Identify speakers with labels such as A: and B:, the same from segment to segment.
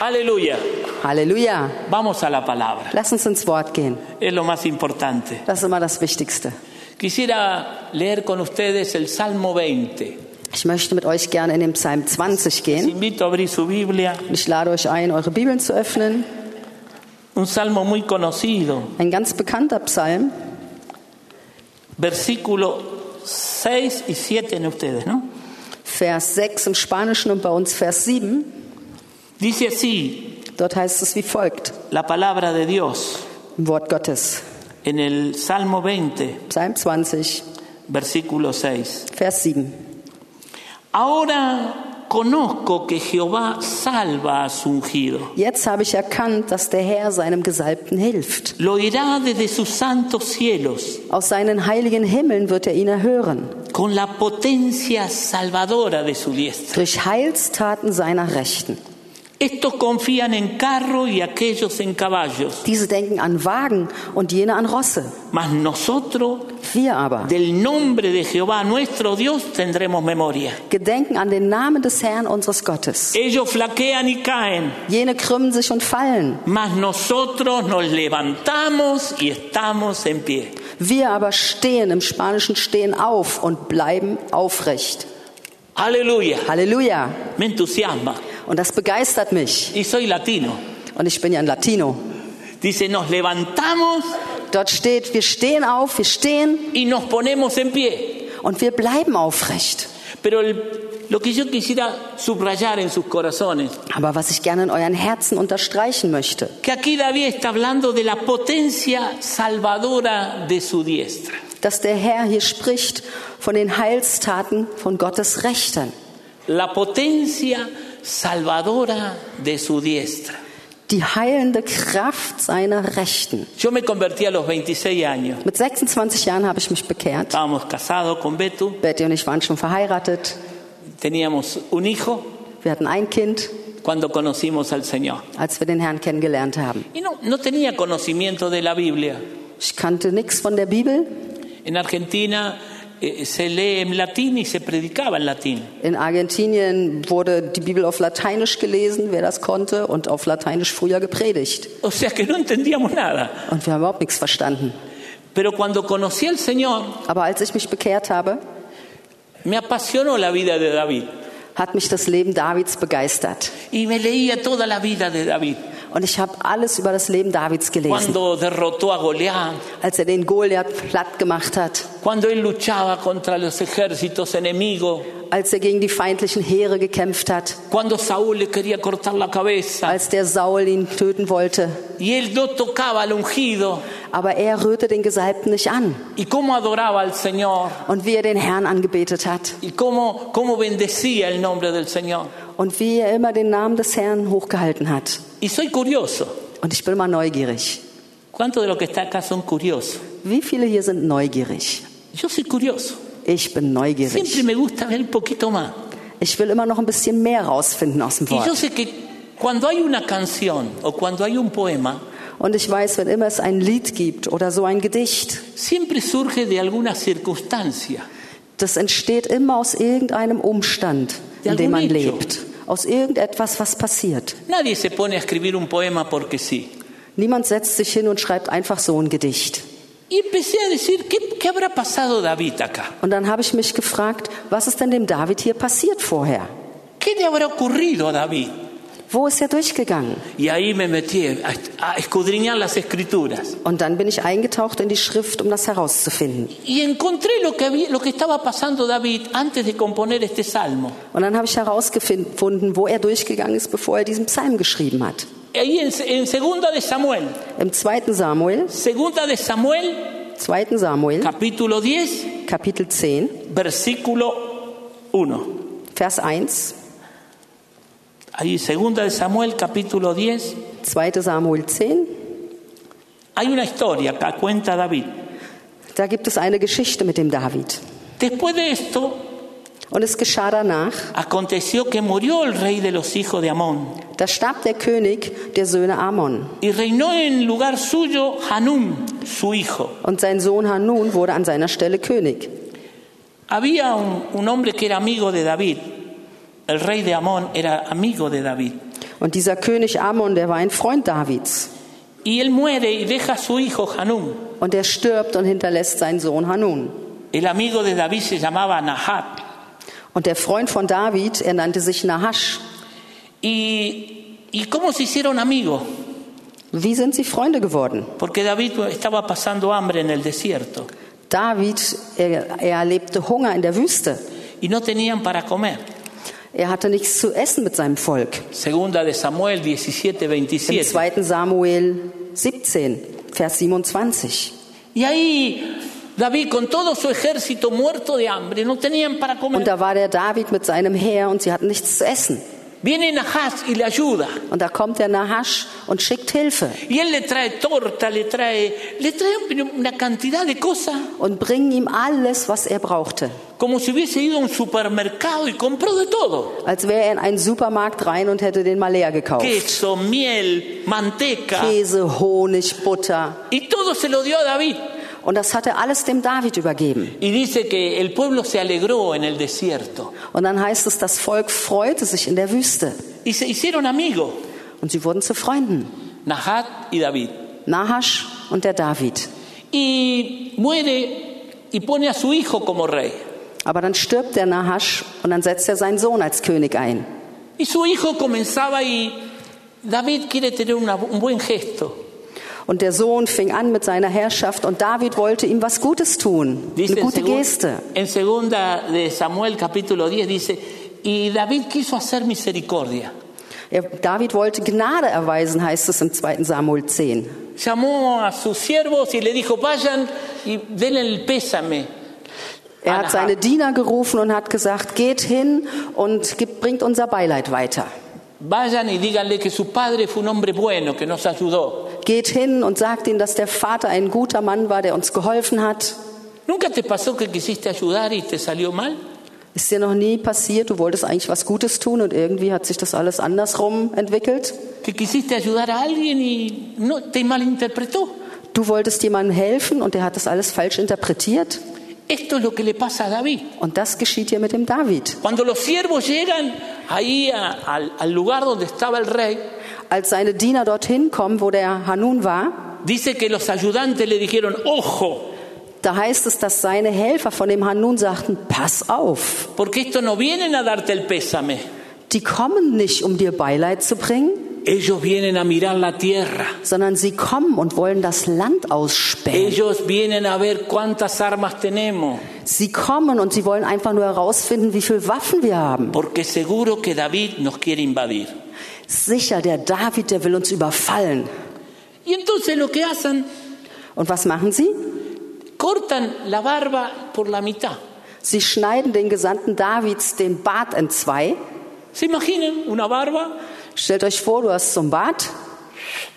A: Aleluya.
B: Halleluja.
A: Vamos a la palabra.
B: Lass uns ins Wort gehen.
A: Es lo más importante.
B: Das ist immer das Wichtigste.
A: Quisiera leer con ustedes el Salmo 20.
B: Ich möchte mit euch gerne in den Psalm 20
A: Les
B: gehen.
A: invito a abrir su Biblia.
B: Und ich lade euch ein, eure Bibeln zu öffnen.
A: Un salmo muy conocido.
B: Ein ganz bekannter Psalm.
A: Versículo 6 y 7 en ustedes, ¿no?
B: Vers 6 im Spanischen und bei uns Vers 7.
A: Dice así
B: Dort heißt es wie folgt.
A: la palabra de Dios
B: Im Wort Gottes.
A: en el Salmo 20,
B: Psalm 20,
A: versículo 6.
B: Vers 7.
A: Ahora conozco que Jehová salva a su ungido.
B: Jetzt habe ich erkannt, dass der Herr seinem Gesalbten hilft.
A: Lo irá desde sus santos cielos
B: Aus seinen heiligen Himmeln wird er ihn erhören.
A: con la potencia salvadora de su diestra.
B: Durch Heilstaten seiner Rechten.
A: Estos confían en carro y aquellos en caballos,
B: Diese denken an Wagen und jene an Rosse.
A: mas nosotros
B: Wir aber
A: del nombre de Jehová nuestro Dios tendremos memoria.
B: gedenken an den Namen des Herrn unseres Gottes.
A: Ellos flaquean y caen,
B: Jene krümmen sich und fallen.
A: mas nosotros nos levantamos y estamos en pie.
B: Wir aber stehen, im Spanischen stehen auf und bleiben aufrecht.
A: Aleluya,
B: Halleluja.
A: me entusiasma.
B: Und das begeistert mich.
A: Y soy latino.
B: Und ich bin ja ein Latino.
A: Dice, nos levantamos
B: Dort steht, wir stehen auf, wir stehen
A: y nos ponemos en pie.
B: und wir bleiben aufrecht.
A: Pero el- lo que yo quisiera subrayar en sus corazones,
B: Aber was ich gerne in euren Herzen unterstreichen möchte,
A: que aquí David está hablando de la potencia salvadora de su diestra.
B: dass der Herr hier spricht von den Heilstaten von Gottes Rechten.
A: La potencia salvadora de su diestra.
B: Die heilende Kraft seiner Rechten.
A: Yo me convertí a los 26 años.
B: Mit 26 Jahren habe ich mich bekehrt.
A: Estábamos casados con Betu,
B: Betty und ich waren schon verheiratet.
A: teníamos un hijo
B: Wir hatten ein Kind,
A: cuando conocimos al Señor.
B: als wir den Herrn kennengelernt haben.
A: Y no, no tenía conocimiento de la Biblia.
B: Ich kannte nichts von der Bibel.
A: En Argentina eh, se lee en latín y se predicaba en latín.
B: In Argentinien wurde die Bibel auf Lateinisch gelesen, wer das konnte, und auf Lateinisch früher gepredigt.
A: O sea que no entendíamos nada.
B: Und wir haben überhaupt nichts verstanden.
A: Pero cuando conocí al Señor,
B: Aber als ich mich bekehrt habe,
A: me apasionó la vida de David.
B: hat mich das Leben Davids begeistert.
A: Y me leía toda la vida de David.
B: Und ich habe alles über das Leben Davids gelesen.
A: Cuando derrotó a Goliat,
B: Als er den Goliath platt gemacht hat,
A: cuando él luchaba contra los ejércitos enemigos,
B: als er gegen die feindlichen Heere gekämpft hat,
A: cuando Saúl le quería cortar la cabeza
B: als der Saul ihn töten wollte.
A: y él no tocaba al ungido
B: Aber er rührte den Gesalbten nicht an.
A: y cómo adoraba al Señor
B: Und wie er den Herrn angebetet hat.
A: y cómo, cómo bendecía el nombre del Señor.
B: Und wie er immer den Namen des Herrn hochgehalten hat.
A: Y soy curioso.
B: Und ich bin mal neugierig.
A: ¿Cuántos de los que están acá son curiosos?
B: Wie viele hier sind neugierig?
A: Yo soy curioso.
B: Ich bin
A: Siempre
B: neugierig.
A: me gusta ver un poquito más.
B: Ich will immer noch ein bisschen mehr rausfinden aus dem
A: Y yo
B: Wort.
A: sé que cuando hay una canción o cuando hay un poema,
B: Und ich weiß, wenn immer es ein Lied gibt oder so ein Gedicht,
A: siempre surge de alguna circunstancia.
B: das entsteht immer aus irgendeinem Umstand, in dem man lebt. Aus irgendetwas, was passiert.
A: Nadie se pone a escribir un poema porque sí.
B: Niemand setzt sich hin und schreibt einfach so ein Gedicht.
A: Y empecé a decir, ¿qué, qué habrá pasado David acá?
B: Und dann habe ich mich gefragt, was ist denn dem David hier passiert vorher?
A: ¿Qué le habrá ocurrido a David?
B: Wo ist er durchgegangen?
A: Y ahí me metí a, a escudriñar las escrituras.
B: Und dann bin ich eingetaucht in die Schrift, um das herauszufinden.
A: Y encontré lo que, había- lo que estaba pasando David antes de componer este salmo.
B: Und dann habe ich herausgefunden, wo er durchgegangen ist, bevor er diesen Psalm geschrieben hat.
A: Ahí en, en Segunda de Samuel,
B: Im 2. Samuel,
A: Segunda de Samuel,
B: 2. Samuel,
A: capítulo 10,
B: Kapitel 10,
A: versículo 1.
B: Vers 1,
A: Ahí, Segunda de Samuel, capítulo 10.
B: 2. Samuel 10,
A: Hay una historia que cuenta David.
B: da gibt es eine Geschichte mit dem David.
A: Después de esto,
B: Und es geschah danach,
A: aconteció que murió el rey de los hijos de Amón
B: da starb der König der Söhne Ammon.
A: y reinó en lugar suyo Hanum, su hijo.
B: Und sein Sohn Hanun wurde an seiner Stelle König.
A: Había un, un hombre que era amigo de David. El rey de Amón era amigo de David.
B: Und dieser König Ammon, der war ein Freund Davids.
A: Y él muere y deja a su hijo Hanún.
B: Und er stirbt und hinterlässt seinen Sohn Hanun.
A: El amigo de David se llamaba Nahat.
B: Und der Freund von David, er nannte sich Nahasch.
A: ¿Y, ¿Y cómo se hicieron amigos?
B: Wie sind sie Freunde geworden?
A: Porque David estaba pasando hambre en el desierto
B: David, er, er erlebte Hunger in der Wüste.
A: y no tenían para comer.
B: Er hatte nichts zu essen mit seinem Volk.
A: Segunda de Samuel 17,
B: Im
A: 27.
B: 2. Samuel 17, Vers 27.
A: Y ahí David con todo su ejército muerto de hambre, no tenían para
B: Und
A: comer.
B: da war der David mit seinem Heer und sie hatten nichts zu essen.
A: Viene Nahas y le ayuda.
B: Und da kommt der Nahasch und schickt Hilfe
A: Y él le trae torta, le trae, le trae un- una cantidad de cosas,
B: und bringen ihm alles, was er brauchte.
A: como si hubiese ido a un supermercado y compró de todo.
B: Als wäre er in einen Supermarkt rein und hätte den mal leer gekauft.
A: Queso, miel, manteca.
B: Käse, Honig, Butter.
A: Y todo se lo dio a David.
B: Und das hat er alles dem David übergeben.
A: Y dice que el pueblo se alegró en el desierto.
B: Und dann heißt es, das Volk freute sich in der Wüste.
A: Y se hicieron amigos,
B: Und sie wurden zu Freunden.
A: Nahat y David.
B: Nahasch und der David.
A: Y muere y pone a su hijo como rey.
B: Aber dann stirbt der Nahasch und dann setzt er seinen Sohn als König ein.
A: Y su hijo comenzaba y David quiere tener una- un buen gesto.
B: Und der Sohn fing an mit seiner Herrschaft und David wollte ihm was Gutes tun, eine
A: en,
B: gute
A: segun-
B: Geste.
A: en segunda de Samuel capítulo 10 dice, y David quiso hacer misericordia.
B: Er, David wollte Gnade erweisen, heißt es im 2. Samuel 10.
A: Llamó a sus siervos y le dijo, vayan y denle el pésame. a
B: Er
A: Nahab".
B: hat seine Diener gerufen und hat gesagt, geht hin und gibt, bringt unser Beileid weiter.
A: Vayan y díganle que su padre fue un hombre bueno, que nos ayudó.
B: Geht hin und sagt ihnen, dass der Vater ein guter Mann war, der uns geholfen hat.
A: ¿Nunca te pasó que quisiste ayudar y te salió mal?
B: Ist dir noch nie passiert, du wolltest eigentlich was Gutes tun und irgendwie hat sich das alles andersrum entwickelt?
A: ¿Que quisiste ayudar a alguien y no te malinterpretó?
B: Du wolltest jemandem helfen und der hat das alles falsch interpretiert.
A: Esto es lo que le pasa a David.
B: Und das geschieht hier mit dem David.
A: Cuando los siervos llegan ahí a- al, al lugar donde estaba el rey,
B: Als seine Diener dorthin kommen, wo der Hanun war,
A: dice que los ayudantes le dijeron, ojo,
B: da heißt es, dass seine Helfer von dem Hanun sagten, pass auf,
A: porque estos no vienen a darte el pésame,
B: die kommen nicht, um dir Beileid zu bringen,
A: ellos vienen a mirar la tierra,
B: sondern sie kommen und wollen das Land ausspähen.
A: ellos vienen a ver cuántas armas tenemos,
B: Sie kommen und sie wollen einfach nur herausfinden, wie viel Waffen wir haben.
A: porque seguro que David nos quiere invadir.
B: Sicher, der David, der will uns überfallen.
A: Y entonces lo que hacen,
B: Und was machen sie?
A: cortan la barba por la mitad.
B: Sie schneiden den Gesandten Davids den Bart in zwei.
A: ¿Se imaginan? Una barba,
B: Stellt euch vor, du hast so einen Bart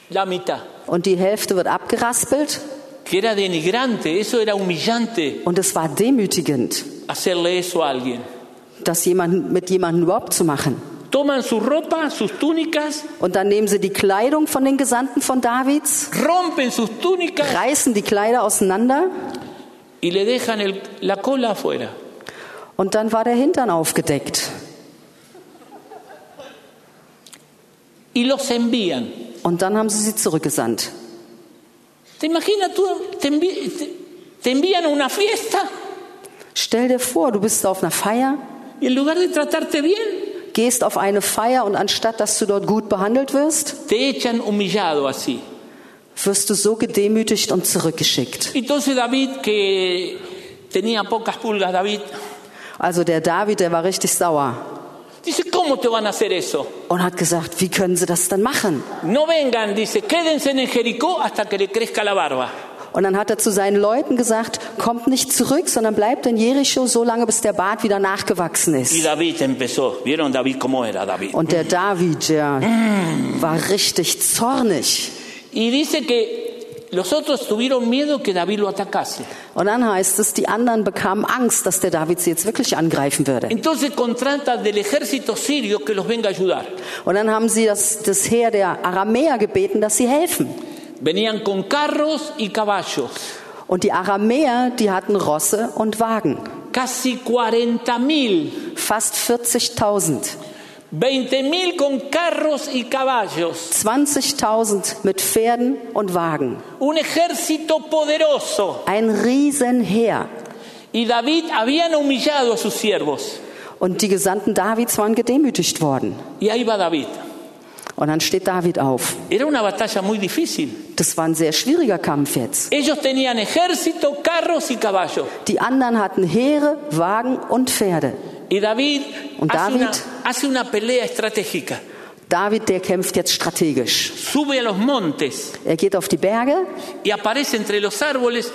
A: la mitad.
B: und die Hälfte wird abgeraspelt
A: Que era denigrante, eso era humillante
B: und es war demütigend,
A: hacerle eso a alguien.
B: das jemand, mit jemandem überhaupt zu machen.
A: Toman su ropa, sus túnicas,
B: Und dann nehmen sie die Kleidung von den Gesandten von Davids,
A: rompen sus túnicas
B: reißen die Kleider auseinander
A: y le dejan el- la cola afuera.
B: und dann war der Hintern aufgedeckt.
A: Y los envían.
B: Und dann haben sie sie zurückgesandt.
A: ¿Te imaginas tú? Te, envi- te- te envían a una fiesta
B: Stell dir vor, du bist auf einer Feier,
A: y en lugar de tratarte bien,
B: gehst auf eine Feier und anstatt dass du dort gut behandelt wirst,
A: te echan humillado así.
B: wirst du so gedemütigt und zurückgeschickt.
A: Entonces David, que tenía pocas pulgas, David,
B: Also der David, der war richtig sauer
A: dice, ¿cómo te van a hacer eso?
B: und hat gesagt, wie können sie das denn machen?
A: No vengan, dice, quédense en Jericó hasta que le crezca la barba.
B: Und dann hat er zu seinen Leuten gesagt, kommt nicht zurück, sondern bleibt in Jericho so lange, bis der Bart wieder nachgewachsen
A: Y
B: ist.
A: David empezó. ¿Vieron David cómo era David?
B: Und der David, der war richtig zornig.
A: Y dice que los otros tuvieron miedo que David lo atacase.
B: Und dann heißt es, die anderen bekamen Angst, dass der David sie jetzt wirklich angreifen würde.
A: Entonces contratan del ejército sirio que los venga a ayudar.
B: Und dann haben sie das, das Heer der Aramäer gebeten, dass sie helfen.
A: Venían con carros y caballos.
B: Und die Aramäer, die hatten Rosse und Wagen.
A: Casi 40.000 mil
B: Fast 40.000.
A: 20.000 con carros y caballos,
B: 20.000 mit Pferden und Wagen.
A: un ejército poderoso.
B: Ein Riesenheer.
A: Y David habían humillado a sus siervos.
B: Und die Gesandten Davids waren gedemütigt worden.
A: Y ahí va David.
B: Und dann steht David auf.
A: Era una batalla muy difícil.
B: Das war ein sehr schwieriger Kampf jetzt.
A: Ellos tenían ejército, carros y caballos.
B: Die anderen hatten Heere, Wagen und Pferde.
A: Y David,
B: Und
A: hace, una,
B: David-
A: hace una pelea estratégica.
B: David, der kämpft jetzt strategisch.
A: Sube a los montes
B: Er geht auf die Berge
A: y aparece entre los árboles,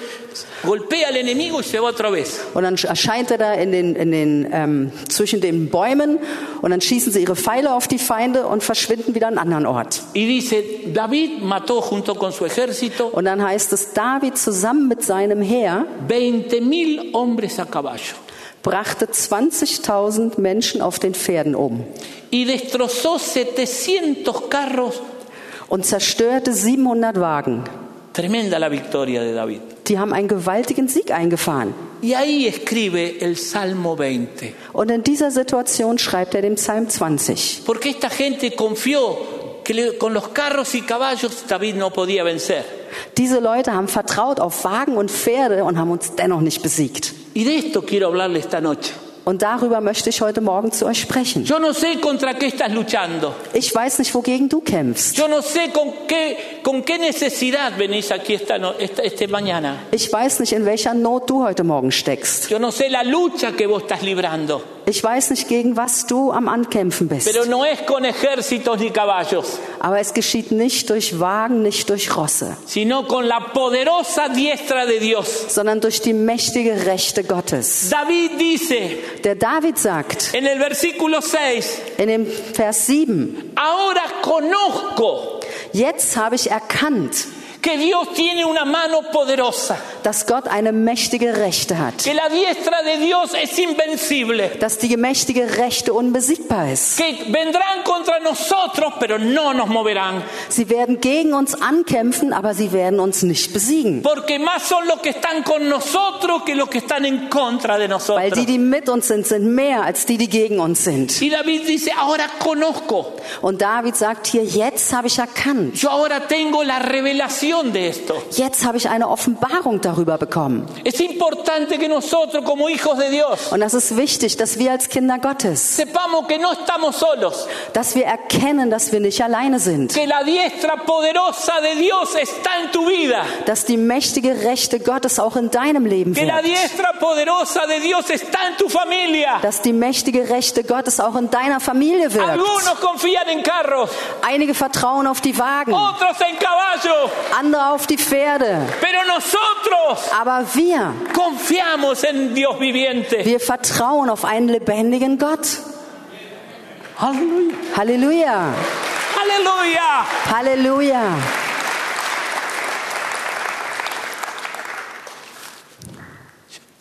A: golpea al enemigo y se va otra vez.
B: und dann erscheint er da in den, in den, ähm, zwischen den Bäumen und dann schießen sie ihre Pfeile auf die Feinde und verschwinden wieder an einen anderen Ort.
A: Y dice, David mató junto con su ejército
B: Und dann heißt es, David zusammen mit seinem Heer
A: 20.000 hombres a caballo
B: brachte 20.000 Menschen auf den Pferden um
A: y destrozó 700 carros.
B: und zerstörte 700 Wagen.
A: Tremenda la victoria de David.
B: Die haben einen gewaltigen Sieg eingefahren.
A: Y ahí escribe el Salmo 20,
B: Und in dieser Situation schreibt er den Psalm 20,
A: porque esta gente confió que le- con los carros y caballos David no podía vencer.
B: diese Leute haben vertraut auf Wagen und Pferde und haben uns dennoch nicht besiegt.
A: Y de esto quiero hablarle esta noche.
B: Und darüber möchte ich heute Morgen zu euch sprechen.
A: Yo no sé contra qué estás luchando.
B: Ich weiß nicht, wogegen du kämpfst.
A: Yo no sé con qué, con qué necesidad venís aquí esta, no- esta este mañana.
B: Ich weiß nicht, in welcher Not du heute Morgen steckst.
A: Yo no sé la lucha que vos estás librando,
B: Ich weiß nicht, gegen was du am Ankämpfen bist.
A: pero no es con ejércitos ni caballos,
B: Aber es geschieht nicht durch Wagen, nicht durch Rosse,
A: sino con la poderosa diestra de Dios.
B: sondern durch die mächtige Rechte Gottes.
A: David dice
B: Der David sagt
A: en el versículo 6,
B: in dem Vers 7,
A: Ahora conozco
B: jetzt habe ich erkannt,
A: que Dios tiene una mano poderosa,
B: dass Gott eine mächtige Rechte hat,
A: que la diestra de Dios es invencible,
B: dass die mächtige Rechte unbesiegbar ist.
A: que vendrán contra nosotros, pero no nos moverán,
B: Sie werden gegen uns ankämpfen, aber sie werden uns nicht besiegen.
A: porque más son los que están con nosotros que los que están en contra de
B: Weil
A: nosotros.
B: die, die mit uns sind, sind mehr als die, die gegen uns sind.
A: Y David dice, ahora conozco,
B: Und David sagt hier, jetzt habe ich erkannt,
A: yo ahora tengo la revelación de esto.
B: jetzt habe ich eine Offenbarung darüber bekommen.
A: Es importante que nosotros como hijos de Dios
B: Und das ist wichtig, dass wir als Kinder Gottes,
A: sepamos que no estamos solos,
B: dass wir erkennen, dass wir nicht alleine sind,
A: que la diestra poderosa de Dios está en tu vida.
B: dass die mächtige Rechte Gottes auch in deinem Leben
A: Que la
B: wirkt,
A: diestra poderosa de Dios está en tu familia.
B: dass die mächtige Rechte Gottes auch in deiner Familie wirkt.
A: Algunos confían en carros,
B: Einige vertrauen auf die Wagen,
A: otros en caballo,
B: andere auf die Pferde.
A: pero nosotros
B: Aber wir,
A: confiamos en Dios viviente.
B: wir vertrauen auf einen lebendigen Gott.
A: Aleluya.
B: Halleluja,
A: Aleluya.
B: Halleluja.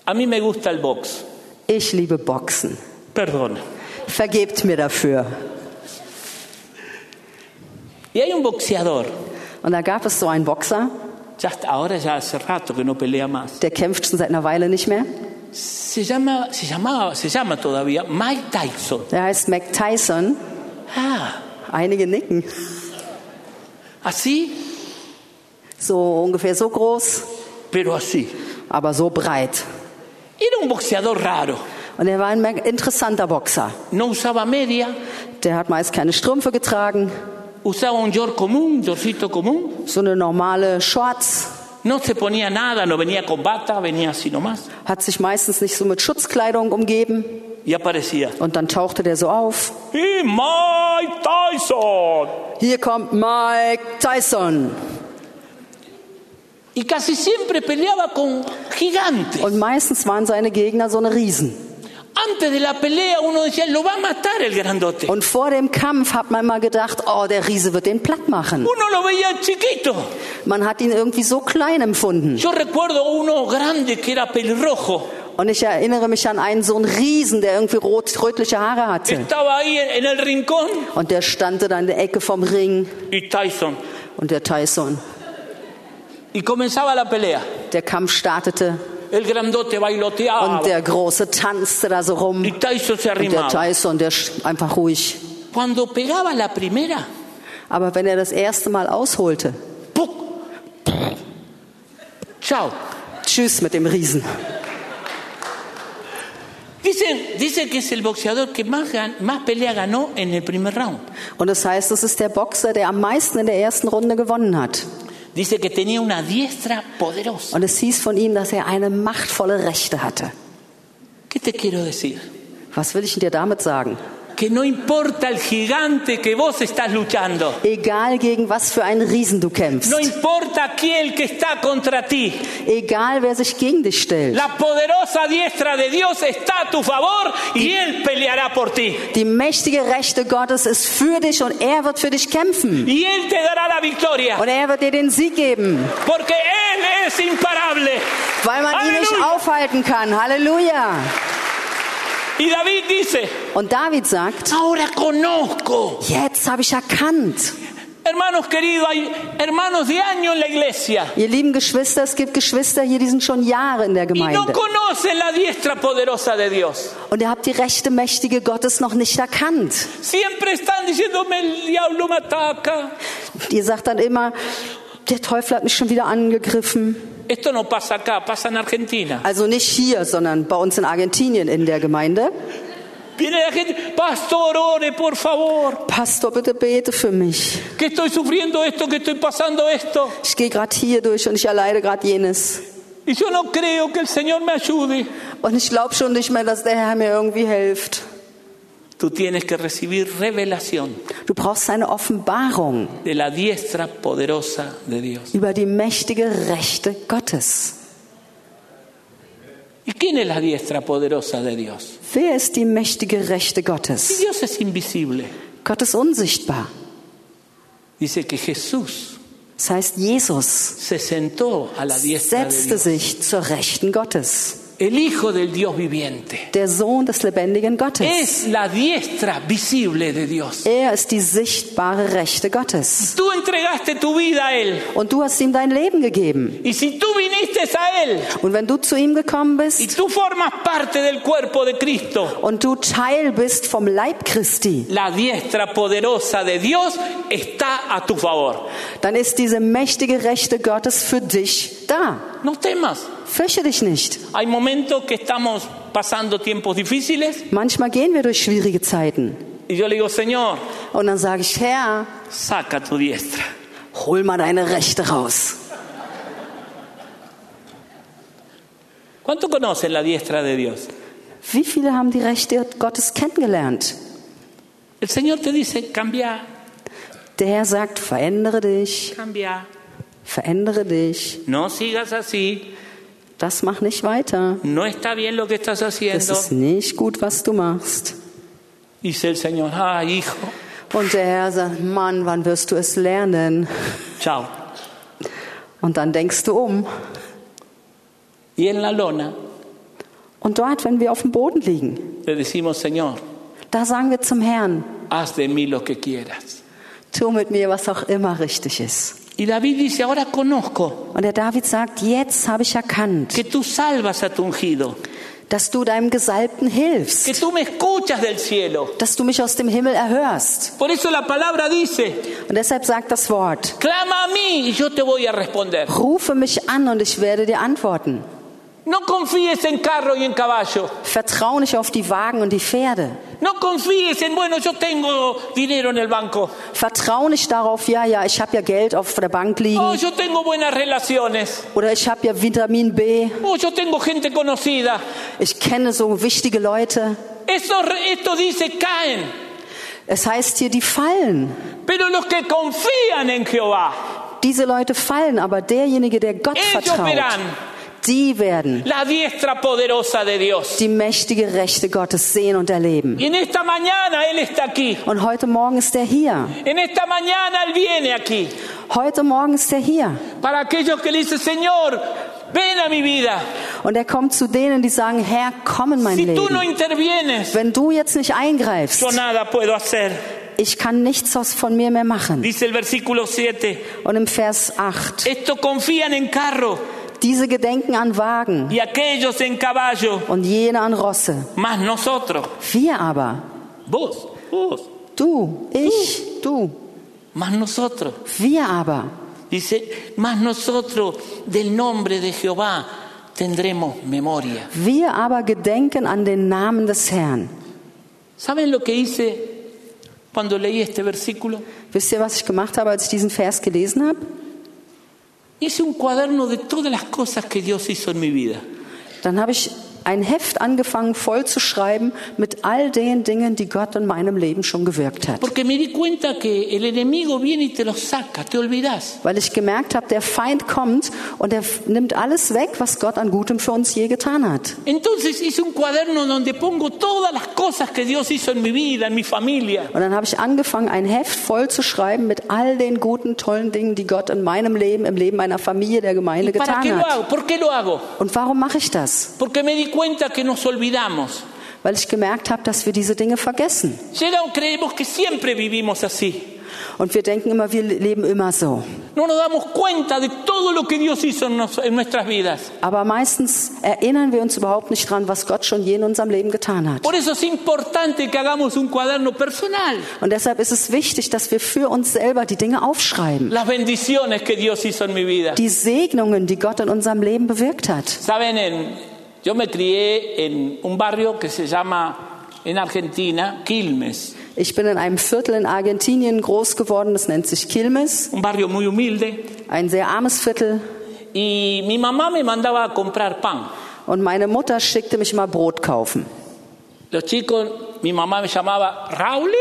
A: A mí me gusta el box.
B: Ich liebe Boxen.
A: Perdón.
B: Vergebt mir dafür.
A: Y hay un boxeador,
B: Und da gab es so einen Boxer,
A: ya hasta ahora ya hace rato que no pelea más.
B: der kämpft schon seit einer Weile nicht mehr.
A: Se llama, se llamaba, se llama todavía Mike Tyson.
B: Der heißt Mac Tyson.
A: Ah,
B: Einige nicken.
A: así,
B: So ungefähr so groß,
A: pero así.
B: aber so breit.
A: Era un boxeador raro.
B: Und er war ein Mac- interessanter Boxer.
A: No usaba media,
B: Der hat meist keine Strümpfe getragen,
A: Usaba un york común, un yorcito común.
B: so eine normale Shorts,
A: No se ponía nada, no venía con bata, venía así nomás.
B: hat sich meistens nicht so mit Schutzkleidung umgeben.
A: Y aparecía.
B: Und dann tauchte der so auf.
A: ¡Y Mike Tyson!
B: Hier kommt Mike Tyson.
A: Y casi siempre peleaba con gigantes.
B: Und meistens waren seine Gegner so eine Riesen.
A: Antes de la pelea uno decía, lo va a matar el grandote.
B: Und vor dem Kampf hat man immer gedacht, oh, der Riese wird den platt machen.
A: Uno lo veía chiquito.
B: Man hat ihn irgendwie so klein empfunden.
A: Yo recuerdo uno grande que era pelirrojo.
B: Und ich erinnere mich an einen so einen Riesen, der irgendwie rot, rötliche Haare hatte.
A: Estaba ahí en en el rincón
B: Und der stand da in der Ecke vom Ring.
A: y Tyson.
B: Und der Tyson,
A: Y comenzaba la pelea.
B: der Kampf startete.
A: El grandote bailoteaba.
B: Und der Große tanzte da so rum.
A: Y
B: Und
A: Tyson se
B: der
A: arrimaba.
B: Tyson, der sch- einfach ruhig.
A: Cuando pegaba la primera,
B: Aber wenn er das erste Mal ausholte,
A: ¡puc! Chao.
B: tschüss mit dem Riesen.
A: Dice, dice que es el boxeador que más, gan- más pelea ganó en el primer round.
B: Und das heißt, es ist der Boxer, der am meisten in der ersten Runde gewonnen hat.
A: Dice que tenía una diestra poderosa.
B: Und es hieß von ihm, dass er eine machtvolle Rechte hatte.
A: ¿Qué te quiero decir?
B: Was will ich dir damit sagen?
A: Que no importa el gigante que vos estás luchando.
B: Egal gegen was für einen Riesen du kämpfst,
A: No importa aquel que está contra ti.
B: egal wer sich gegen dich stellt,
A: La poderosa diestra de Dios está a tu favor y Él peleará por ti.
B: die mächtige Rechte Gottes ist für dich und er wird für dich kämpfen.
A: Y Él te dará la victoria.
B: Und er wird dir den Sieg geben,
A: Porque Él es imparable.
B: weil man ihn nicht
A: Halleluja.
B: aufhalten kann. Halleluja!
A: Y David dice,
B: Und David sagt,
A: ahora conozco.
B: jetzt habe ich erkannt.
A: Hermanos queridos, hay hermanos de año en la iglesia.
B: Ihr lieben Geschwister, es gibt Geschwister hier, die sind schon Jahre in der
A: Y no
B: Gemeinde.
A: conocen la diestra poderosa de Dios.
B: Und ihr habt die rechte, mächtige Gottes noch nicht erkannt.
A: Siempre están diciéndome, el diablo me ataca.
B: Ihr sagt dann immer, der Teufel hat mich schon wieder angegriffen.
A: Esto no pasa acá, pasa en Argentina.
B: Also nicht hier, sondern bei uns in Argentinien in der Gemeinde.
A: Viene la gente, pastor, ore, por favor,
B: Pastor, bitte bete für mich.
A: que estoy sufriendo esto, que estoy pasando esto.
B: Ich gehe gerade hier durch und ich erleide gerade jenes.
A: Y yo no creo que el Señor me ayude.
B: Und ich glaube schon nicht mehr, dass der Herr mir irgendwie hilft.
A: Tú tienes que recibir revelación
B: Du brauchst eine Offenbarung
A: de la diestra poderosa de Dios.
B: über die mächtige Rechte Gottes.
A: ¿Y quién es la diestra poderosa de Dios?
B: Wer ist die mächtige Rechte
A: Si
B: Gottes?
A: Dios es invisible,
B: Gott ist unsichtbar.
A: dice que Jesús
B: Das heißt, Jesus
A: se sentó a la diestra de
B: setzte
A: Dios,
B: sich zur Rechten Gottes.
A: el Hijo del Dios viviente.
B: Der Sohn des lebendigen Gottes.
A: Es la diestra visible de Dios.
B: Er ist die sichtbare Rechte Gottes.
A: Tú entregaste tu vida a Él.
B: Und du hast ihm dein Leben gegeben.
A: Y si tú viniste a Él
B: Und wenn du zu ihm gekommen
A: y
B: bist
A: tú formas parte del cuerpo de Cristo,
B: und du Teil bist vom Leib Christi,
A: la diestra poderosa de Dios está a tu favor.
B: dann ist diese mächtige Rechte Gottes für dich da.
A: No temas.
B: Fürchte dich nicht.
A: Hay momentos que estamos pasando tiempos difíciles
B: Manchmal gehen wir durch schwierige Zeiten.
A: y yo le digo, Señor,
B: Und dann sage ich, Herr,
A: saca tu diestra.
B: hol mal deine Rechte raus.
A: ¿Cuánto conocen la diestra de Dios?
B: Wie viele haben die Rechte Gottes kennengelernt?
A: El Señor te dice, cambia,
B: Der Herr sagt, verändere dich,
A: cambia.
B: verändere dich.
A: No sigas así,
B: Das mach nicht weiter.
A: no está bien lo que estás
B: Das
A: haciendo.
B: ist nicht gut, was du machst.
A: Dice el Señor, ah, hijo,
B: Und der Herr sagt, Mann, wann wirst du es lernen?
A: chao.
B: Und dann denkst du um.
A: Y en la lona
B: Und dort, wenn wir auf dem Boden liegen,
A: le decimos, Señor,
B: da sagen wir zum Herrn,
A: haz de mí lo que quieras.
B: tu mit mir, was auch immer richtig ist.
A: Y David dice, ahora conozco
B: Und der David sagt, jetzt habe ich erkannt,
A: que tú salvas a tu ungido,
B: dass du deinem Gesalbten hilfst,
A: que tú me escuchas del cielo.
B: dass du mich aus dem Himmel erhörst.
A: Por eso la palabra dice,
B: Und deshalb sagt das Wort,
A: clama a mí y yo te voy a responder.
B: rufe mich an und ich werde dir antworten.
A: No confíes en carro y en caballo.
B: Vertrau nicht auf die Wagen und die Pferde.
A: No confíes en, bueno, yo tengo dinero en el banco.
B: Vertrau nicht darauf, ja, ja, ich habe ja Geld auf der Bank
A: Oh,
B: liegen
A: yo tengo buenas relaciones.
B: oder ich habe ja Vitamin B,
A: Oh, yo tengo gente conocida.
B: ich kenne so wichtige Leute.
A: Eso, esto dice caen.
B: Es heißt hier, die fallen.
A: Pero los que confían en Jehová,
B: Diese Leute fallen, aber derjenige, der Gott
A: ellos
B: vertraut,
A: verán
B: die werden
A: la diestra poderosa de Dios.
B: die mächtige Rechte Gottes sehen und erleben.
A: Y en esta mañana Él está aquí.
B: Und heute Morgen ist er hier.
A: En esta mañana Él viene aquí.
B: Heute Morgen ist er hier.
A: Para aquellos que le dicen, Señor, ven a mi vida.
B: Und er kommt zu denen, die sagen, Herr, komm in mein
A: Si tú no
B: Leben.
A: intervienes,
B: Wenn du jetzt nicht eingreifst,
A: yo nada puedo hacer.
B: ich kann nichts aus von mir mehr machen.
A: Dice el versículo 7.
B: Und im Vers 8,
A: Esto confían en carro
B: diese gedenken an Wagen
A: y aquellos en caballo,
B: und jene an Rosse.
A: más nosotros.
B: Wir aber,
A: Vos, vos.
B: Du, ich, du.
A: Más nosotros.
B: Wir aber,
A: Dice, más nosotros del nombre de Jehová tendremos memoria.
B: wir aber gedenken an den Namen des Herrn.
A: ¿Saben lo que hice cuando leí este versículo?
B: Wisst ihr, was ich gemacht habe, als ich diesen Vers gelesen habe?
A: Hice un cuaderno de todas las cosas que Dios hizo en mi vida.
B: Dann habe ich ein Heft angefangen voll zu schreiben mit all den Dingen, die Gott in meinem Leben schon gewirkt hat.
A: Porque me di cuenta que el enemigo viene y te los saca, te olvidás.
B: Weil ich gemerkt habe, der Feind kommt und er f- nimmt alles weg, was Gott an Gutem für uns je getan hat.
A: Entonces hice un cuaderno donde pongo todas las cosas que Dios hizo en mi vida, en mi familia.
B: Und dann habe ich angefangen, ein Heft voll zu schreiben mit all den guten, tollen Dingen, die Gott in meinem Leben, im Leben meiner Familie, der Gemeinde
A: ¿Para
B: getan
A: qué lo
B: hat.
A: hago? ¿Por qué lo hago?
B: Und warum mache ich das?
A: Porque me di cuenta que nos olvidamos.
B: Weil ich gemerkt habe, dass wir diese Dinge vergessen.
A: Llega o creemos que siempre vivimos así.
B: Und wir denken immer, wir leben immer so.
A: No nos damos cuenta de todo lo que Dios hizo en, nos- en nuestras vidas.
B: Aber meistens erinnern wir uns überhaupt nicht dran, was Gott schon je in unserem Leben getan hat.
A: Por eso es importante que hagamos un cuaderno personal.
B: Und deshalb ist es wichtig, dass wir für uns selber die Dinge aufschreiben.
A: Las bendiciones que Dios hizo en mi vida.
B: Die Segnungen, die Gott in unserem Leben bewirkt hat.
A: Saben, en- yo me crié en un barrio que se llama en Argentina Quilmes,
B: Ich bin in einem Viertel in Argentinien groß geworden, das nennt sich Quilmes,
A: un barrio muy humilde,
B: ein sehr armes Viertel.
A: y mi mamá me mandaba a comprar pan.
B: Und meine Mutter schickte mich immer Brot kaufen.
A: Los chicos, mi mamá me llamaba Raulito.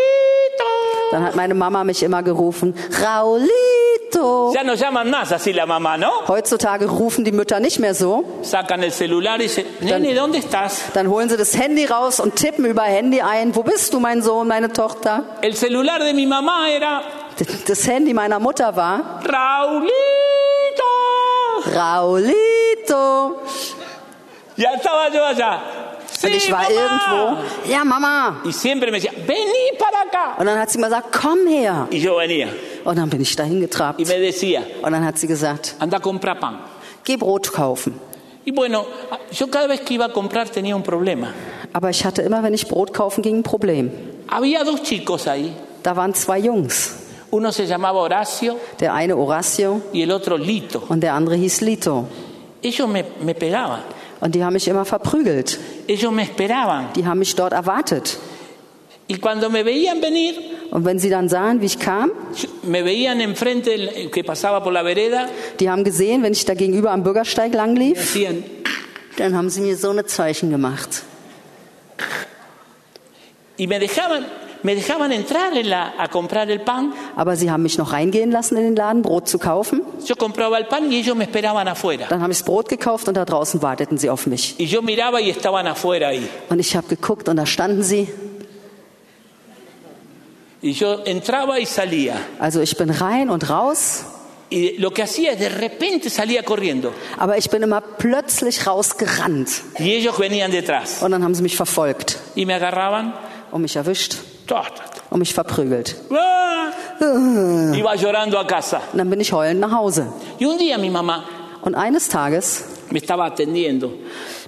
B: Dann hat meine Mama mich immer gerufen, Raulito.
A: Ya no llaman más así la mamá, ¿no?
B: Heutzutage rufen die Mütter nicht mehr so.
A: Sacan el celular y dicen, nene, ¿dónde estás?
B: Dann holen sie das Handy raus und tippen über Handy ein, wo bist du, mein Sohn, meine Tochter?
A: El celular de mi mamá era
B: Das Handy meiner Mutter war,
A: Raulito.
B: Raulito.
A: Ya estaba yo allá. Sí,
B: Und ich war
A: mamá.
B: irgendwo, ja, Mama.
A: Y siempre me decía, vení para acá.
B: Und dann hat sie immer gesagt, komm her.
A: Y yo venía
B: Und dann bin ich dahin
A: y
B: getrabt.
A: me decía,
B: Und dann hat sie gesagt,
A: anda a comprar pan.
B: geh Brot kaufen.
A: Y bueno, yo cada vez que iba a comprar tenía un problema.
B: Aber ich hatte immer, wenn ich Brot kaufen ging, ein Problem.
A: Había dos chicos ahí.
B: Da waren zwei Jungs.
A: Uno se llamaba Horacio
B: Der eine Horacio
A: y el otro Lito.
B: und der andere hieß Lito.
A: Ellos me, me pegaban,
B: Und die haben mich immer verprügelt.
A: ellos me esperaban.
B: Die haben mich dort erwartet.
A: Y cuando me veían venir,
B: Und wenn sie dann sahen, wie ich kam,
A: yo- me veían enfrente del- eh, que pasaba por la vereda,
B: die haben gesehen, wenn ich da gegenüber am Bürgersteig lang lief,
A: decían,
B: dann haben sie mir so eine Zeichen gemacht.
A: y me dejaban, me dejaban entrar en la- a comprar el pan.
B: Aber sie haben mich noch reingehen lassen in den Laden, Brot zu kaufen.
A: Yo compraba el pan y ellos me esperaban afuera.
B: Dann habe ich das Brot gekauft und da draußen warteten sie auf mich.
A: Y yo miraba y estaban afuera ahí.
B: Und ich habe geguckt und da standen sie.
A: Y yo entraba y salía.
B: Also ich bin rein und raus,
A: Y lo que hacía es de repente salía corriendo.
B: aber ich bin immer plötzlich rausgerannt.
A: Y ellos venían detrás.
B: Und dann haben sie mich verfolgt
A: Y me agarraban.
B: und mich erwischt
A: Ta, ta, ta.
B: und mich verprügelt.
A: ¡Ah!
B: Und
A: Iba llorando a casa.
B: dann bin ich heulend nach Hause.
A: Y un día mi mamá
B: Und eines Tages,
A: me estaba atendiendo.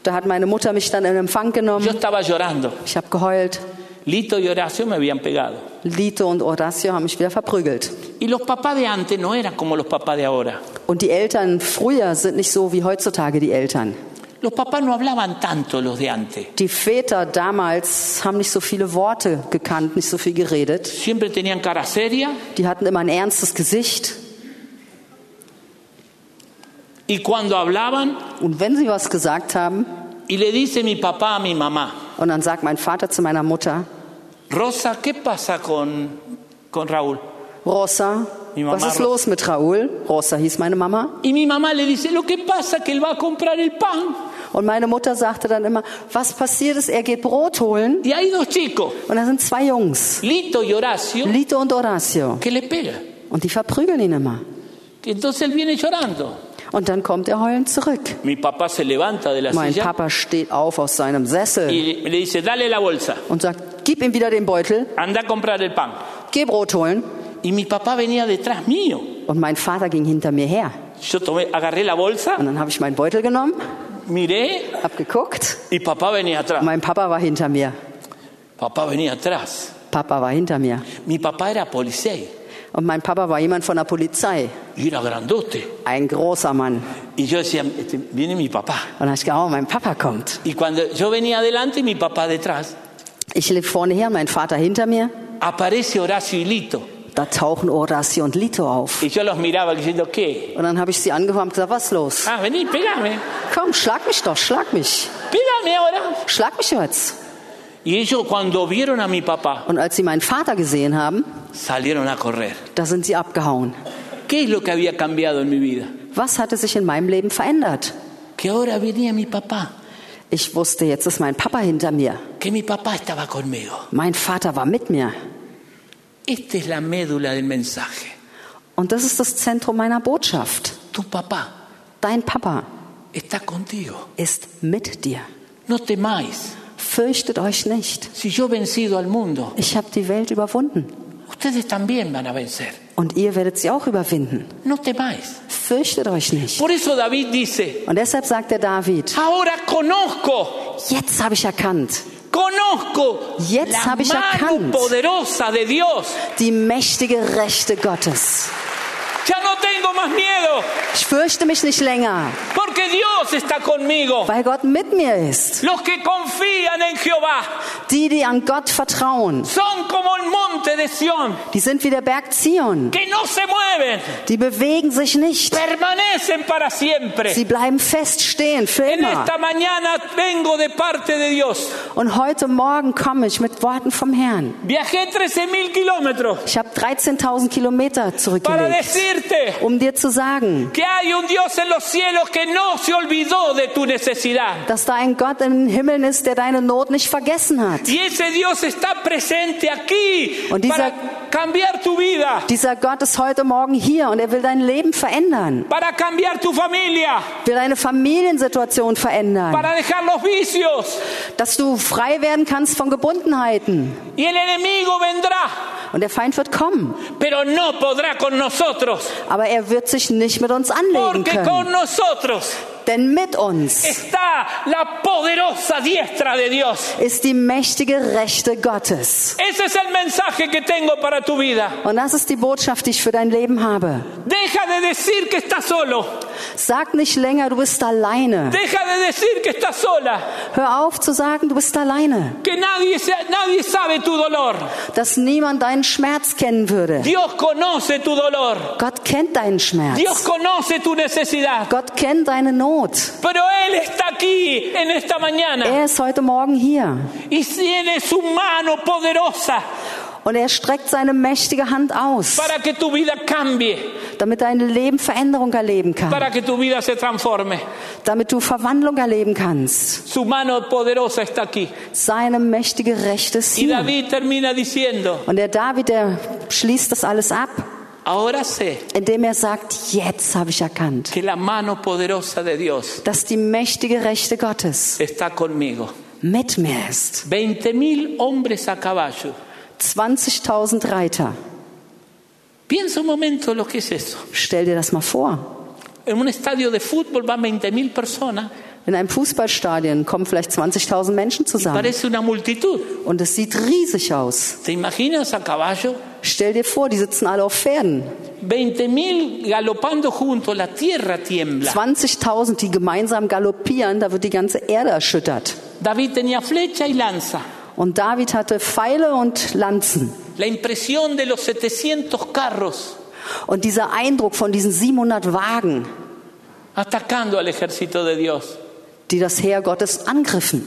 B: da hat meine Mutter mich dann in Empfang
A: Yo
B: genommen.
A: estaba llorando.
B: Ich habe geheult.
A: Lito y Horacio me habían pegado.
B: Lito und Horacio haben mich wieder verprügelt.
A: Y los papás de antes no eran como los papás de ahora.
B: Und die Eltern früher sind nicht so wie heutzutage die Eltern.
A: Los papás no hablaban tanto los de antes.
B: Die Väter damals haben nicht so viele Worte gekannt, nicht so viel geredet.
A: Siempre tenían cara seria.
B: Die hatten immer ein ernstes Gesicht.
A: Y cuando hablaban,
B: Und wenn sie was gesagt haben,
A: y le dice mi papá a mi mamá,
B: und dann sagt mein Vater zu meiner Mutter,
A: Rosa, ¿qué pasa con, con Raúl?
B: Rosa,
A: Die Mama
B: was ist
A: Ro-
B: los mit Raoul? Rosa hieß meine Mama.
A: Y mi mamá le dice, lo que pasa es que él va a comprar el pan.
B: Und meine Mutter sagte dann immer, was passiert ist, er geht Brot holen.
A: Y hay dos chicos,
B: Und da sind zwei Jungs,
A: Lito y Horacio,
B: Lito und Horacio.
A: que le pegan.
B: Und die verprügeln ihn immer.
A: Entonces él viene llorando.
B: Und dann kommt er heulend zurück.
A: Mi papá se levanta de la
B: Mein
A: silla
B: Papa steht auf aus seinem Sessel
A: y le dice, dale la bolsa,
B: und sagt, gib ihm wieder den Beutel,
A: anda a comprar el pan.
B: geh Brot holen.
A: Y mi papá venía detrás mío.
B: Und mein Vater ging hinter mir her.
A: Yo tomé, agarré la bolsa,
B: Und dann habe ich meinen Beutel genommen,
A: miré
B: habe geguckt
A: y papá venía
B: und
A: atrás.
B: mein Papa war hinter mir.
A: Papá venía atrás.
B: Papa war hinter mir.
A: Mi papá era policía
B: Und mein Papa war jemand von der Polizei.
A: y era grandote.
B: Ein großer Mann.
A: Y yo decía, "Este, viene mi papá.
B: Und da habe ich gedacht, oh, mein Papa kommt.
A: Y cuando yo venía adelante y mi papá detrás,
B: Ich lief vorne her, mein Vater hinter mir.
A: aparece Horacio y Lito.
B: Da tauchen Horacio und Lito auf.
A: Y yo los miraba diciendo, ¿qué?
B: Und dann habe ich sie angefangen und gesagt, was ist los?
A: Ah, vení, pégame,
B: Komm, schlag mich doch, schlag mich.
A: pégame ahora.
B: Schlag mich jetzt.
A: Y ellos cuando vieron a mi papá,
B: Und als sie meinen Vater gesehen haben,
A: salieron a correr.
B: da sind sie abgehauen.
A: ¿Qué es lo que había cambiado en mi vida?
B: Was hatte sich in meinem Leben verändert?
A: Que ahora venía mi papá,
B: Ich wusste, jetzt ist mein Papa hinter mir.
A: que mi papá estaba conmigo.
B: Mein Vater war mit mir.
A: Esta es la médula del mensaje.
B: Und das ist das Zentrum meiner Botschaft.
A: Tu papá
B: Dein Papa
A: está contigo.
B: ist mit dir.
A: No temáis.
B: Fürchtet euch nicht.
A: Si yo he vencido al mundo,
B: Ich habe die Welt überwunden.
A: ustedes también van a vencer.
B: Und ihr werdet sie auch überwinden.
A: No temáis.
B: Fürchtet euch nicht.
A: Por eso David dice,
B: Und deshalb sagt der David,
A: ahora conozco,
B: jetzt habe ich erkannt
A: conozco
B: Jetzt
A: la
B: habe ich
A: mano
B: erkannt.
A: poderosa de Dios.
B: die mächtige Rechte Gottes.
A: Ya no tengo más miedo,
B: Ich fürchte mich nicht länger,
A: porque Dios está conmigo.
B: weil Gott mit mir ist.
A: Los que confían en Jehová
B: Die, die an Gott vertrauen,
A: son como el monte de Sión,
B: die sind wie der Berg Zion.
A: que no se mueven,
B: Die bewegen sich nicht.
A: permanecen para siempre.
B: Sie bleiben feststehen für
A: En
B: immer.
A: esta mañana vengo de parte de Dios.
B: Und heute Morgen komme ich mit Worten vom Herrn.
A: Viajé 13.000 kilómetros
B: Ich habe 13.000 Kilometer
A: para
B: zurückgelegt,
A: decirte
B: um dir zu sagen,
A: que hay un Dios en los cielos que no se olvidó de tu necesidad.
B: dass da ein Gott in den Himmeln ist, der deine Not nicht vergessen hat.
A: Y ese Dios está presente aquí
B: Und dieser-
A: para cambiar tu vida,
B: Dieser Gott ist heute Morgen hier und er will dein Leben verändern,
A: para cambiar tu familia,
B: will deine Familiensituation verändern,
A: para dejar los vicios.
B: dass du frei werden kannst von Gebundenheiten.
A: Y el enemigo vendrá,
B: Und der Feind wird kommen,
A: pero no podrá con nosotros,
B: aber er wird sich nicht mit uns anlegen
A: porque
B: können.
A: con nosotros
B: Denn mit uns
A: está la poderosa diestra de Dios.
B: ist die mächtige Rechte Gottes.
A: Ese es el mensaje que tengo para tu vida.
B: Und das ist die Botschaft, die ich für dein Leben habe.
A: Deja de decir que estás solo.
B: Sag nicht länger, du bist alleine.
A: Deja de decir que estás sola,
B: Hör auf zu sagen, du bist alleine.
A: que nadie, se- nadie sabe tu dolor.
B: Dass niemand deinen Schmerz kennen würde.
A: Dios conoce tu dolor.
B: Gott kennt deinen
A: Dios
B: Schmerz.
A: conoce tu necesidad.
B: Gott kennt deine Not.
A: Pero Él está aquí en esta mañana
B: Er ist heute Morgen hier.
A: y tiene su mano poderosa
B: Und er streckt seine mächtige Hand aus,
A: para que tu vida cambie,
B: damit dein Leben Veränderung erleben kann.
A: para que tu vida se transforme.
B: Damit du Verwandlung erleben kannst.
A: Su mano poderosa está aquí.
B: Seine mächtige Rechte ist
A: Y
B: hier.
A: David termina diciendo,
B: Und der David, der schließt das alles ab,
A: ahora sé
B: indem er sagt, jetzt habe ich erkannt,
A: que la mano poderosa de Dios
B: dass die mächtige Rechte Gottes
A: está conmigo.
B: mit mir ist.
A: Veinte mil hombres a caballo.
B: 20.000 Reiter.
A: Piensa un momento lo que es eso.
B: Stell dir das mal vor.
A: En un estadio de fútbol van 20.000 personas
B: In einem Fußballstadion kommen vielleicht 20.000 Menschen
A: y
B: zusammen.
A: parece una multitud.
B: Und es sieht riesig aus.
A: ¿Te imaginas a caballo?
B: Stell dir vor, die sitzen alle auf Pferden.
A: 20.000 galopando juntos, la tierra tiembla.
B: 20.000, die gemeinsam galoppieren, da wird die ganze Erde erschüttert.
A: David tenía flecha y lanza.
B: Und David hatte Pfeile und Lanzen.
A: La impresión de los 700 carros
B: Und dieser Eindruck von diesen 700 Wagen,
A: atacando al ejército de Dios.
B: die das Heer Gottes angriffen.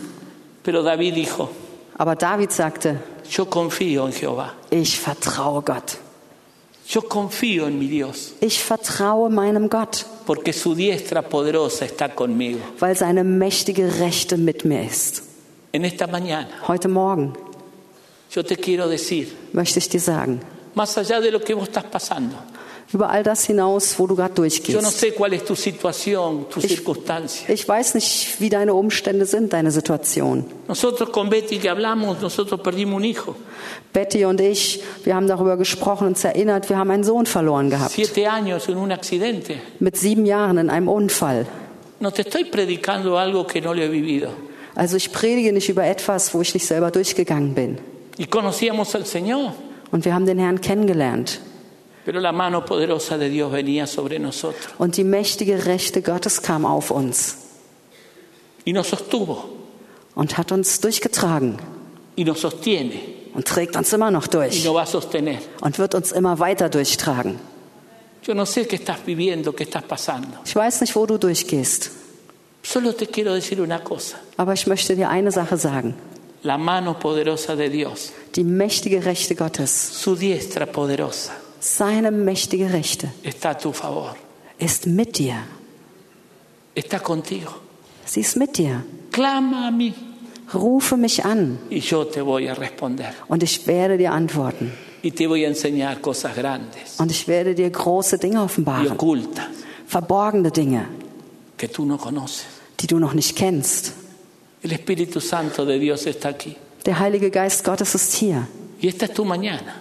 A: Pero David dijo,
B: Aber David sagte,
A: yo confío en Jehová,
B: ich vertraue Gott.
A: yo confío en mi Dios,
B: Ich vertraue meinem Gott,
A: porque su diestra poderosa está conmigo.
B: weil seine mächtige Rechte mit mir ist.
A: En esta mañana
B: Heute Morgen
A: yo te quiero decir,
B: möchte ich dir sagen,
A: más allá de lo que vos estás pasando,
B: über all das hinaus, wo du gerade
A: Yo no
B: durchgehst.
A: sé cuál es tu situación, tu
B: Ich-
A: circunstancia.
B: Ich weiß nicht, wie deine Umstände sind, deine Situation.
A: Nosotros con Betty que hablamos, nosotros perdimos un hijo,
B: Betty und ich, wir haben darüber gesprochen, uns erinnert, wir haben einen Sohn verloren gehabt.
A: siete años en un accidente.
B: Mit sieben Jahren in einem Unfall.
A: No te estoy predicando algo que no lo he vivido,
B: Also ich predige nicht über etwas, wo ich nicht selber durchgegangen bin.
A: y conocíamos al Señor,
B: Und wir haben den Herrn kennengelernt.
A: pero la mano poderosa de Dios venía sobre nosotros
B: Und die mächtige Rechte Gottes kam auf uns
A: y nos sostuvo
B: und hat uns durchgetragen
A: y nos sostiene
B: und trägt uns immer noch
A: y
B: durch
A: nos va a sostener.
B: und wird uns immer weiter durchtragen.
A: Yo no sé qué estás viviendo, qué estás pasando.
B: Ich weiß nicht, wo du durchgehst,
A: Solo te quiero decir una cosa.
B: aber ich möchte dir eine Sache sagen.
A: La mano poderosa de Dios,
B: Die mächtige Rechte Gottes,
A: su diestra poderosa,
B: seine mächtige Rechte,
A: está a tu favor,
B: ist mit dir.
A: está contigo.
B: Sie ist mit dir.
A: Clama a mí
B: Rufe mich an
A: y yo te voy a responder.
B: und ich werde dir antworten.
A: Y te voy a enseñar cosas grandes
B: Und ich werde dir große Dinge
A: y
B: offenbaren,
A: ocultas
B: verborgene Dinge,
A: que tú no conoces.
B: die du noch nicht kennst.
A: El Espíritu Santo de Dios está aquí.
B: Der Heilige Geist Gottes ist hier
A: Y esta es tu mañana.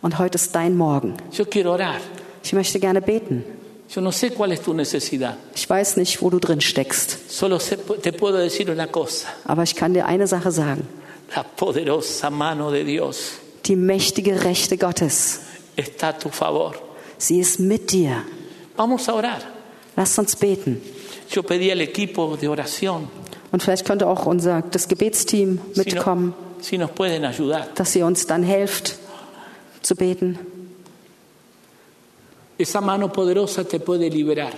B: und heute ist dein Morgen.
A: Yo quiero orar.
B: Ich möchte gerne beten.
A: Yo no sé cuál es tu necesidad.
B: Ich weiß nicht, wo du drin steckst,
A: Solo sé- te puedo decir una cosa.
B: aber ich kann dir eine Sache sagen.
A: La poderosa mano de Dios
B: Die mächtige Rechte Gottes,
A: está a tu favor.
B: sie ist mit dir.
A: Vamos a orar.
B: Lasst uns beten.
A: Yo pedí al equipo de oración
B: Und vielleicht könnte auch unser, das Gebetsteam
A: si, no-
B: mitkommen,
A: si nos pueden ayudar.
B: dass ihr uns dann helft zu beten.
A: Esa mano poderosa te puede liberar,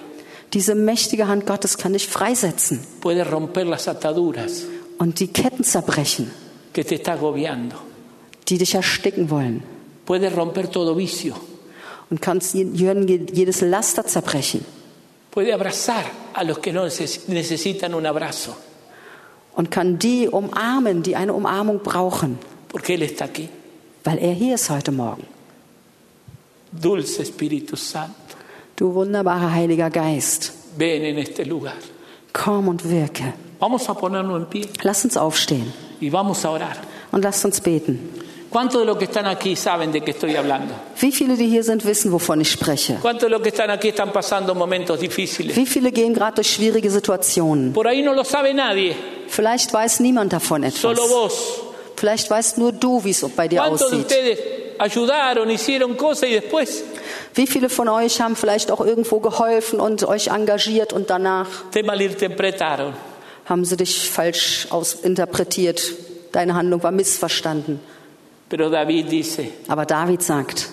B: Diese mächtige Hand Gottes kann dich freisetzen
A: puede romper las ataduras
B: und die Ketten zerbrechen,
A: que te está agobiando,
B: die dich ersticken wollen.
A: puede romper todo vicio,
B: Und kannst jedes Laster zerbrechen
A: puede abrazar a los que no neces- necesitan un abrazo,
B: und kann die umarmen, die eine Umarmung brauchen,
A: porque Él está aquí.
B: weil er hier ist heute Morgen.
A: Dulce Espíritu Santo,
B: Du wunderbarer Heiliger Geist,
A: ven en este lugar.
B: komm und wirke.
A: Vamos a ponernos en pie
B: Lass uns aufstehen
A: y vamos a orar.
B: und lass uns beten.
A: ¿Cuántos de los que están aquí saben de qué estoy hablando?
B: Wie viele, die hier sind, wissen, wovon ich spreche?
A: ¿Cuántos de los que están aquí están pasando momentos difíciles?
B: Wie viele gehen gerade durch schwierige Situationen?
A: Por ahí no lo sabe nadie,
B: Vielleicht weiß niemand davon etwas.
A: solo vos.
B: Vielleicht weißt nur du, wie es bei dir
A: ¿Cuántos de
B: aussieht.
A: ustedes ayudaron, hicieron cosas y después
B: Wie viele von euch haben vielleicht auch irgendwo geholfen und euch engagiert und danach
A: te malinterpretaron?
B: haben sie dich falsch ausinterpretiert? Deine Handlung war missverstanden.
A: Pero David dice,
B: Aber David sagt,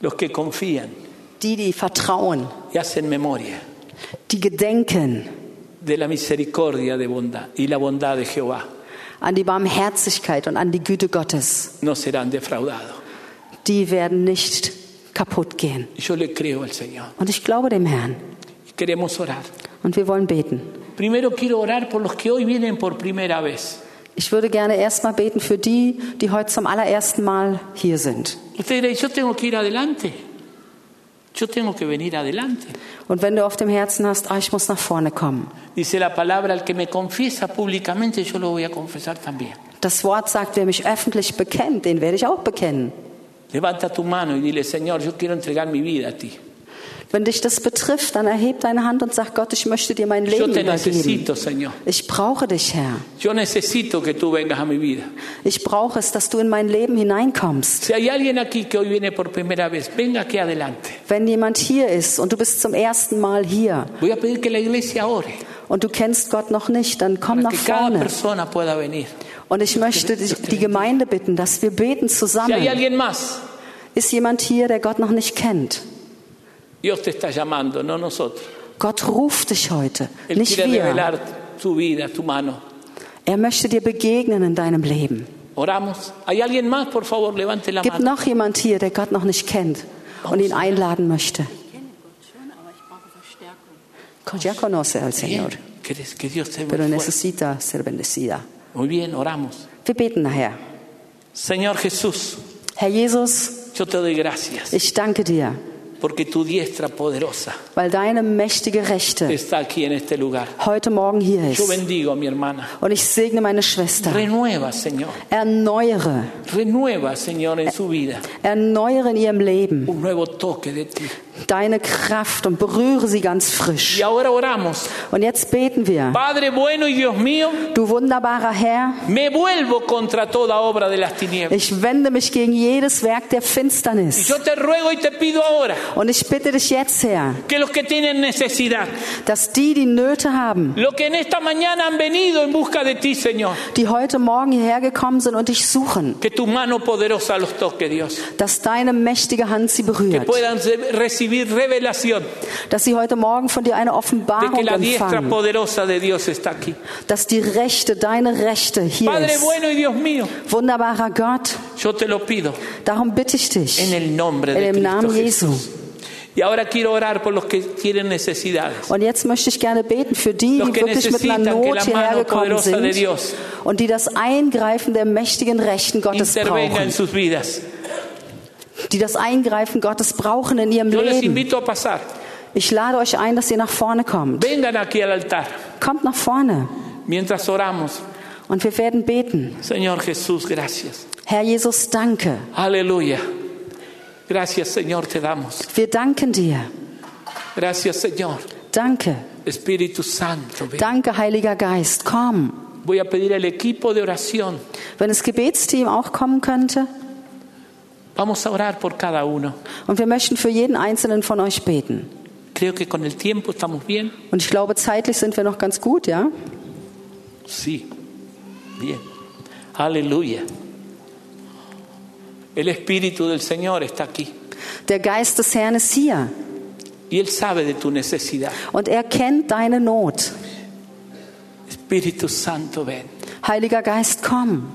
A: los que confían
B: die, die vertrauen,
A: y hacen memoria
B: die gedenken
A: de la misericordia de bondad y la bondad de Jehová,
B: an die Barmherzigkeit und an die Güte Gottes,
A: no serán defraudados.
B: die werden nicht kaputt gehen.
A: Y Yo le creo al Señor.
B: Und ich glaube dem Herrn.
A: Y Queremos orar.
B: Und wir wollen beten.
A: Primero quiero orar por los que hoy vienen por primera vez.
B: Ich würde gerne erstmal beten für die, die heute zum allerersten Mal hier sind.
A: Usted dirá, "Y yo tengo que ir adelante. Yo tengo que venir adelante.
B: Und wenn du auf dem Herzen hast, ah, ich muss nach vorne kommen.
A: Dice la palabra, al que me confiesa públicamente, yo lo voy a confesar también.
B: Das Wort sagt, wer mich öffentlich bekennt, den werde ich auch bekennen.
A: Levanta tu mano y dile, Señor, yo quiero entregar mi vida a ti.
B: Wenn dich das betrifft, dann erheb deine Hand und sag Gott, ich möchte dir mein
A: Yo
B: Leben
A: te
B: übergeben.
A: necesito, Señor.
B: Ich brauche dich, Herr.
A: Yo necesito que tú vengas a mi vida.
B: Ich brauche es, dass du in mein Leben hineinkommst.
A: Si hay alguien aquí que hoy viene por primera vez, venga aquí adelante.
B: Wenn jemand hier ist und du bist zum ersten Mal hier
A: Voy a pedir que la iglesia ore
B: und du kennst Gott noch nicht, dann komm
A: para
B: nach
A: que cada
B: vorne.
A: persona pueda venir.
B: Und ich möchte dich, die Gemeinde bitten, dass wir beten
A: Si hay
B: zusammen.
A: alguien más,
B: Ist jemand hier, der Gott noch nicht kennt?
A: Dios te está llamando, no nosotros.
B: Gott ruft dich heute,
A: Él
B: nicht
A: quiere
B: wir.
A: revelar tu vida, tu mano.
B: Er möchte dir begegnen in deinem Leben.
A: Oramos. ¿Hay alguien más? Por favor, levante la
B: Gibt
A: mano.
B: noch jemand hier, der Gott noch nicht kennt und ihn einladen möchte? Ya conoce al Señor,
A: Bien. Que, des- que Dios te
B: pero
A: bendiga.
B: necesita ser bendecida.
A: Muy bien, oramos.
B: Wir beten nachher.
A: Señor Jesús,
B: Herr Jesus,
A: yo te doy gracias
B: ich danke dir,
A: porque tu diestra poderosa
B: weil deine mächtige Rechte
A: está aquí en este lugar.
B: heute Morgen hier
A: Yo
B: ist.
A: bendigo a mi hermana.
B: Und ich segne meine Schwester.
A: Renueva, Señor.
B: Erneuere,
A: Renueva, Señor, en su vida
B: erneuere in ihrem Leben
A: un nuevo toque de ti.
B: deine Kraft und berühre sie ganz
A: Y
B: frisch.
A: ahora oramos.
B: Und jetzt beten wir.
A: Padre bueno y Dios mío,
B: Du wunderbarer Herr,
A: me vuelvo contra toda obra de las tinieblas.
B: ich wende mich gegen jedes Werk der
A: Y
B: Finsternis.
A: yo te ruego y te pido ahora
B: Und ich bitte dich jetzt, Herr,
A: que los que tienen necesidad,
B: dass die, die Nöte haben,
A: los que en esta mañana han venido en busca de ti, Señor,
B: die heute Morgen hierher gekommen sind und dich suchen,
A: que tu mano poderosa los toque, Dios.
B: dass deine mächtige Hand sie
A: Que
B: berührt,
A: puedan re- recibir revelación
B: dass sie heute Morgen von dir eine
A: de que
B: Offenbarung
A: la diestra
B: empfangen,
A: poderosa de Dios está aquí.
B: dass die Rechte, deine Rechte hier
A: Padre
B: ist.
A: bueno y Dios mío,
B: Wunderbarer Gott,
A: yo te lo pido
B: darum bitte ich
A: en
B: dich,
A: el nombre
B: in
A: de
B: dem
A: Cristo
B: Namen Jesu.
A: Jesús. Y ahora quiero orar por los que tienen necesidades.
B: Und jetzt möchte ich gerne beten für die,
A: Los
B: die
A: que
B: wirklich mit einer
A: necesitan que
B: Not
A: la
B: hierher
A: mano
B: gekommen
A: poderosa de
B: sind
A: Dios
B: und die das Eingreifen der mächtigen Rechten Gottes
A: Intervenga en
B: brauchen.
A: sus vidas.
B: Die das Eingreifen Gottes brauchen in ihrem
A: Yo les
B: Leben.
A: invito a pasar.
B: Ich lade euch ein, dass ihr nach vorne kommt.
A: Vengan aquí al altar
B: Kommt nach vorne
A: mientras oramos.
B: und wir werden beten.
A: Señor Jesús, gracias.
B: Herr Jesus, danke.
A: Aleluya. Gracias, Señor, te damos.
B: Wir danken dir.
A: Gracias, Señor.
B: Danke.
A: Espíritu Santo. ven.
B: Danke, Heiliger Geist. Komm.
A: Voy a pedir al equipo de oración.
B: Wenn das Gebetsteam auch kommen könnte.
A: Vamos a orar por cada uno.
B: Und wir möchten für jeden Einzelnen von euch beten.
A: Creo que con el tiempo estamos bien.
B: Und ich glaube, zeitlich sind wir noch ganz gut, ja?
A: Sí, bien. Aleluya. El Espíritu del Señor está aquí
B: Der Geist des Herrn ist hier
A: y Él sabe de tu necesidad.
B: und er kennt deine Not.
A: Espíritu Santo, ven,
B: Heiliger Geist, komm.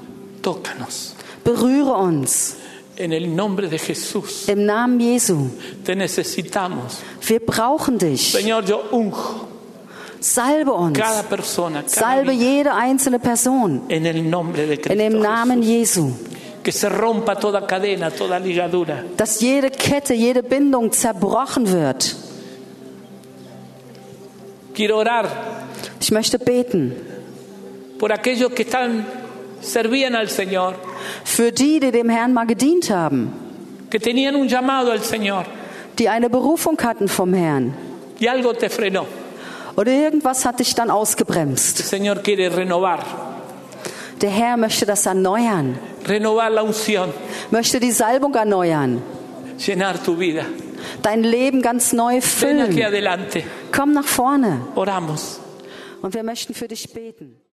A: tócanos.
B: Berühre uns
A: En el nombre de Jesús
B: im Namen Jesu.
A: te necesitamos.
B: Wir brauchen dich.
A: Señor, yo unjo
B: Salbe uns.
A: cada persona, cada
B: Salbe
A: vida,
B: jede einzelne Person
A: en el nombre de
B: in dem
A: Cristo.
B: Namen Jesu.
A: Jesús. Que se rompa toda cadena, toda ligadura.
B: Dass jede Kette, jede Bindung zerbrochen wird.
A: Quiero orar
B: Ich möchte beten
A: por aquellos que están servían al Señor,
B: für die, die dem Herrn mal gedient haben,
A: que tenían un llamado al Señor
B: die eine Berufung hatten vom Herrn.
A: y algo te frenó.
B: Oder irgendwas hat dich dann ausgebremst.
A: El Señor quiere renovar,
B: Der Herr möchte das erneuern,
A: renovar la unción,
B: möchte die Salbung erneuern,
A: llenar tu vida.
B: dein Leben ganz neu
A: Ven aquí
B: füllen.
A: adelante,
B: Komm nach vorne
A: oramos.
B: und wir möchten für dich beten.